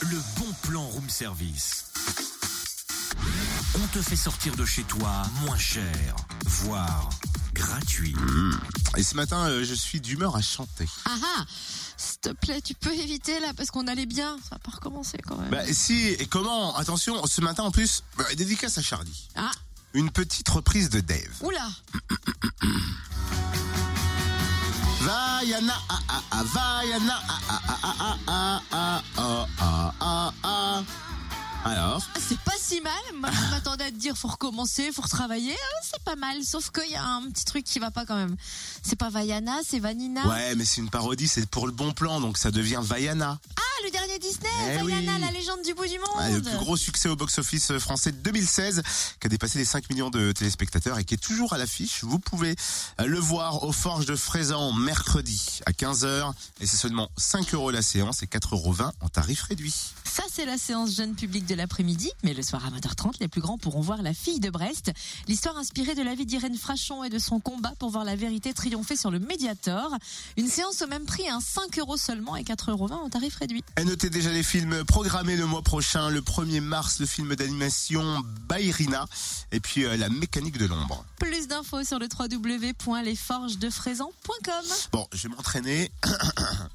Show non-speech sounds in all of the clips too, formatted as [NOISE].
Le bon plan room service. On te fait sortir de chez toi moins cher, voire gratuit. Et ce matin, euh, je suis d'humeur à chanter. Ah ah S'il te plaît, tu peux éviter là parce qu'on allait bien. Ça va pas recommencer quand même. Bah si, et comment Attention, ce matin en plus, bah, dédicace à Charlie. Ah Une petite reprise de Dave. Oula Va Yana, ah ah ah, va Yana, ah ah ah ah ah ah ah ah ah ah. Alors Ah, C'est pas si mal. Moi, je m'attendais à te dire faut recommencer, faut retravailler. Ah, c'est pas mal. Sauf qu'il y a un petit truc qui va pas quand même. C'est pas Vaiana, c'est Vanina. Ouais, mais c'est une parodie, c'est pour le bon plan, donc ça devient Vaiana. Ah, le dernier Disney Eh Vaiana, oui. la légende du bout du monde Ouais, le plus gros succès au box-office euh, français de 2016, qui a dépassé les 5 millions de téléspectateurs et qui est toujours à l'affiche. Vous pouvez euh, le voir aux Forges de Frézan mercredi à 15h. Et c'est seulement 5 euros la séance et 4,20 euros en tarif réduit. Ça, c'est la séance jeune publique de l'après-midi. Mais le soir à 20h30, les plus grands pourront voir La fille de Brest. L'histoire inspirée de la vie d'Irène Frachon et de son combat pour voir la vérité triompher sur le Mediator. Une séance au même prix, hein, 5 euros seulement et 4,20 euros en tarif réduit. Et notez déjà les films programmés le mois prochain, le 1er mars, le film d'animation Bayrina et puis euh, La mécanique de l'ombre. Plus d'infos sur le www.lesforgesdefraisan.com. Bon, je vais m'entraîner. [COUGHS]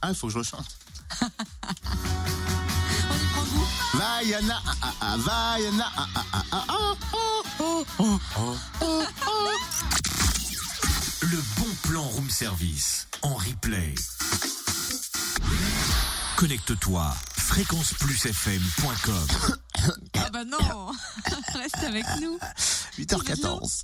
ah, il faut que je rechante. On y prend goût. Vaiana, ah, ah, ah, Vaiana, ah, ah, ah, ah, ah, oh, oh, oh, oh, oh. Le bon plan room service en replay. Connecte-toi fréquenceplusfm.com. [LAUGHS] Ah bah non Reste avec nous. 8h14.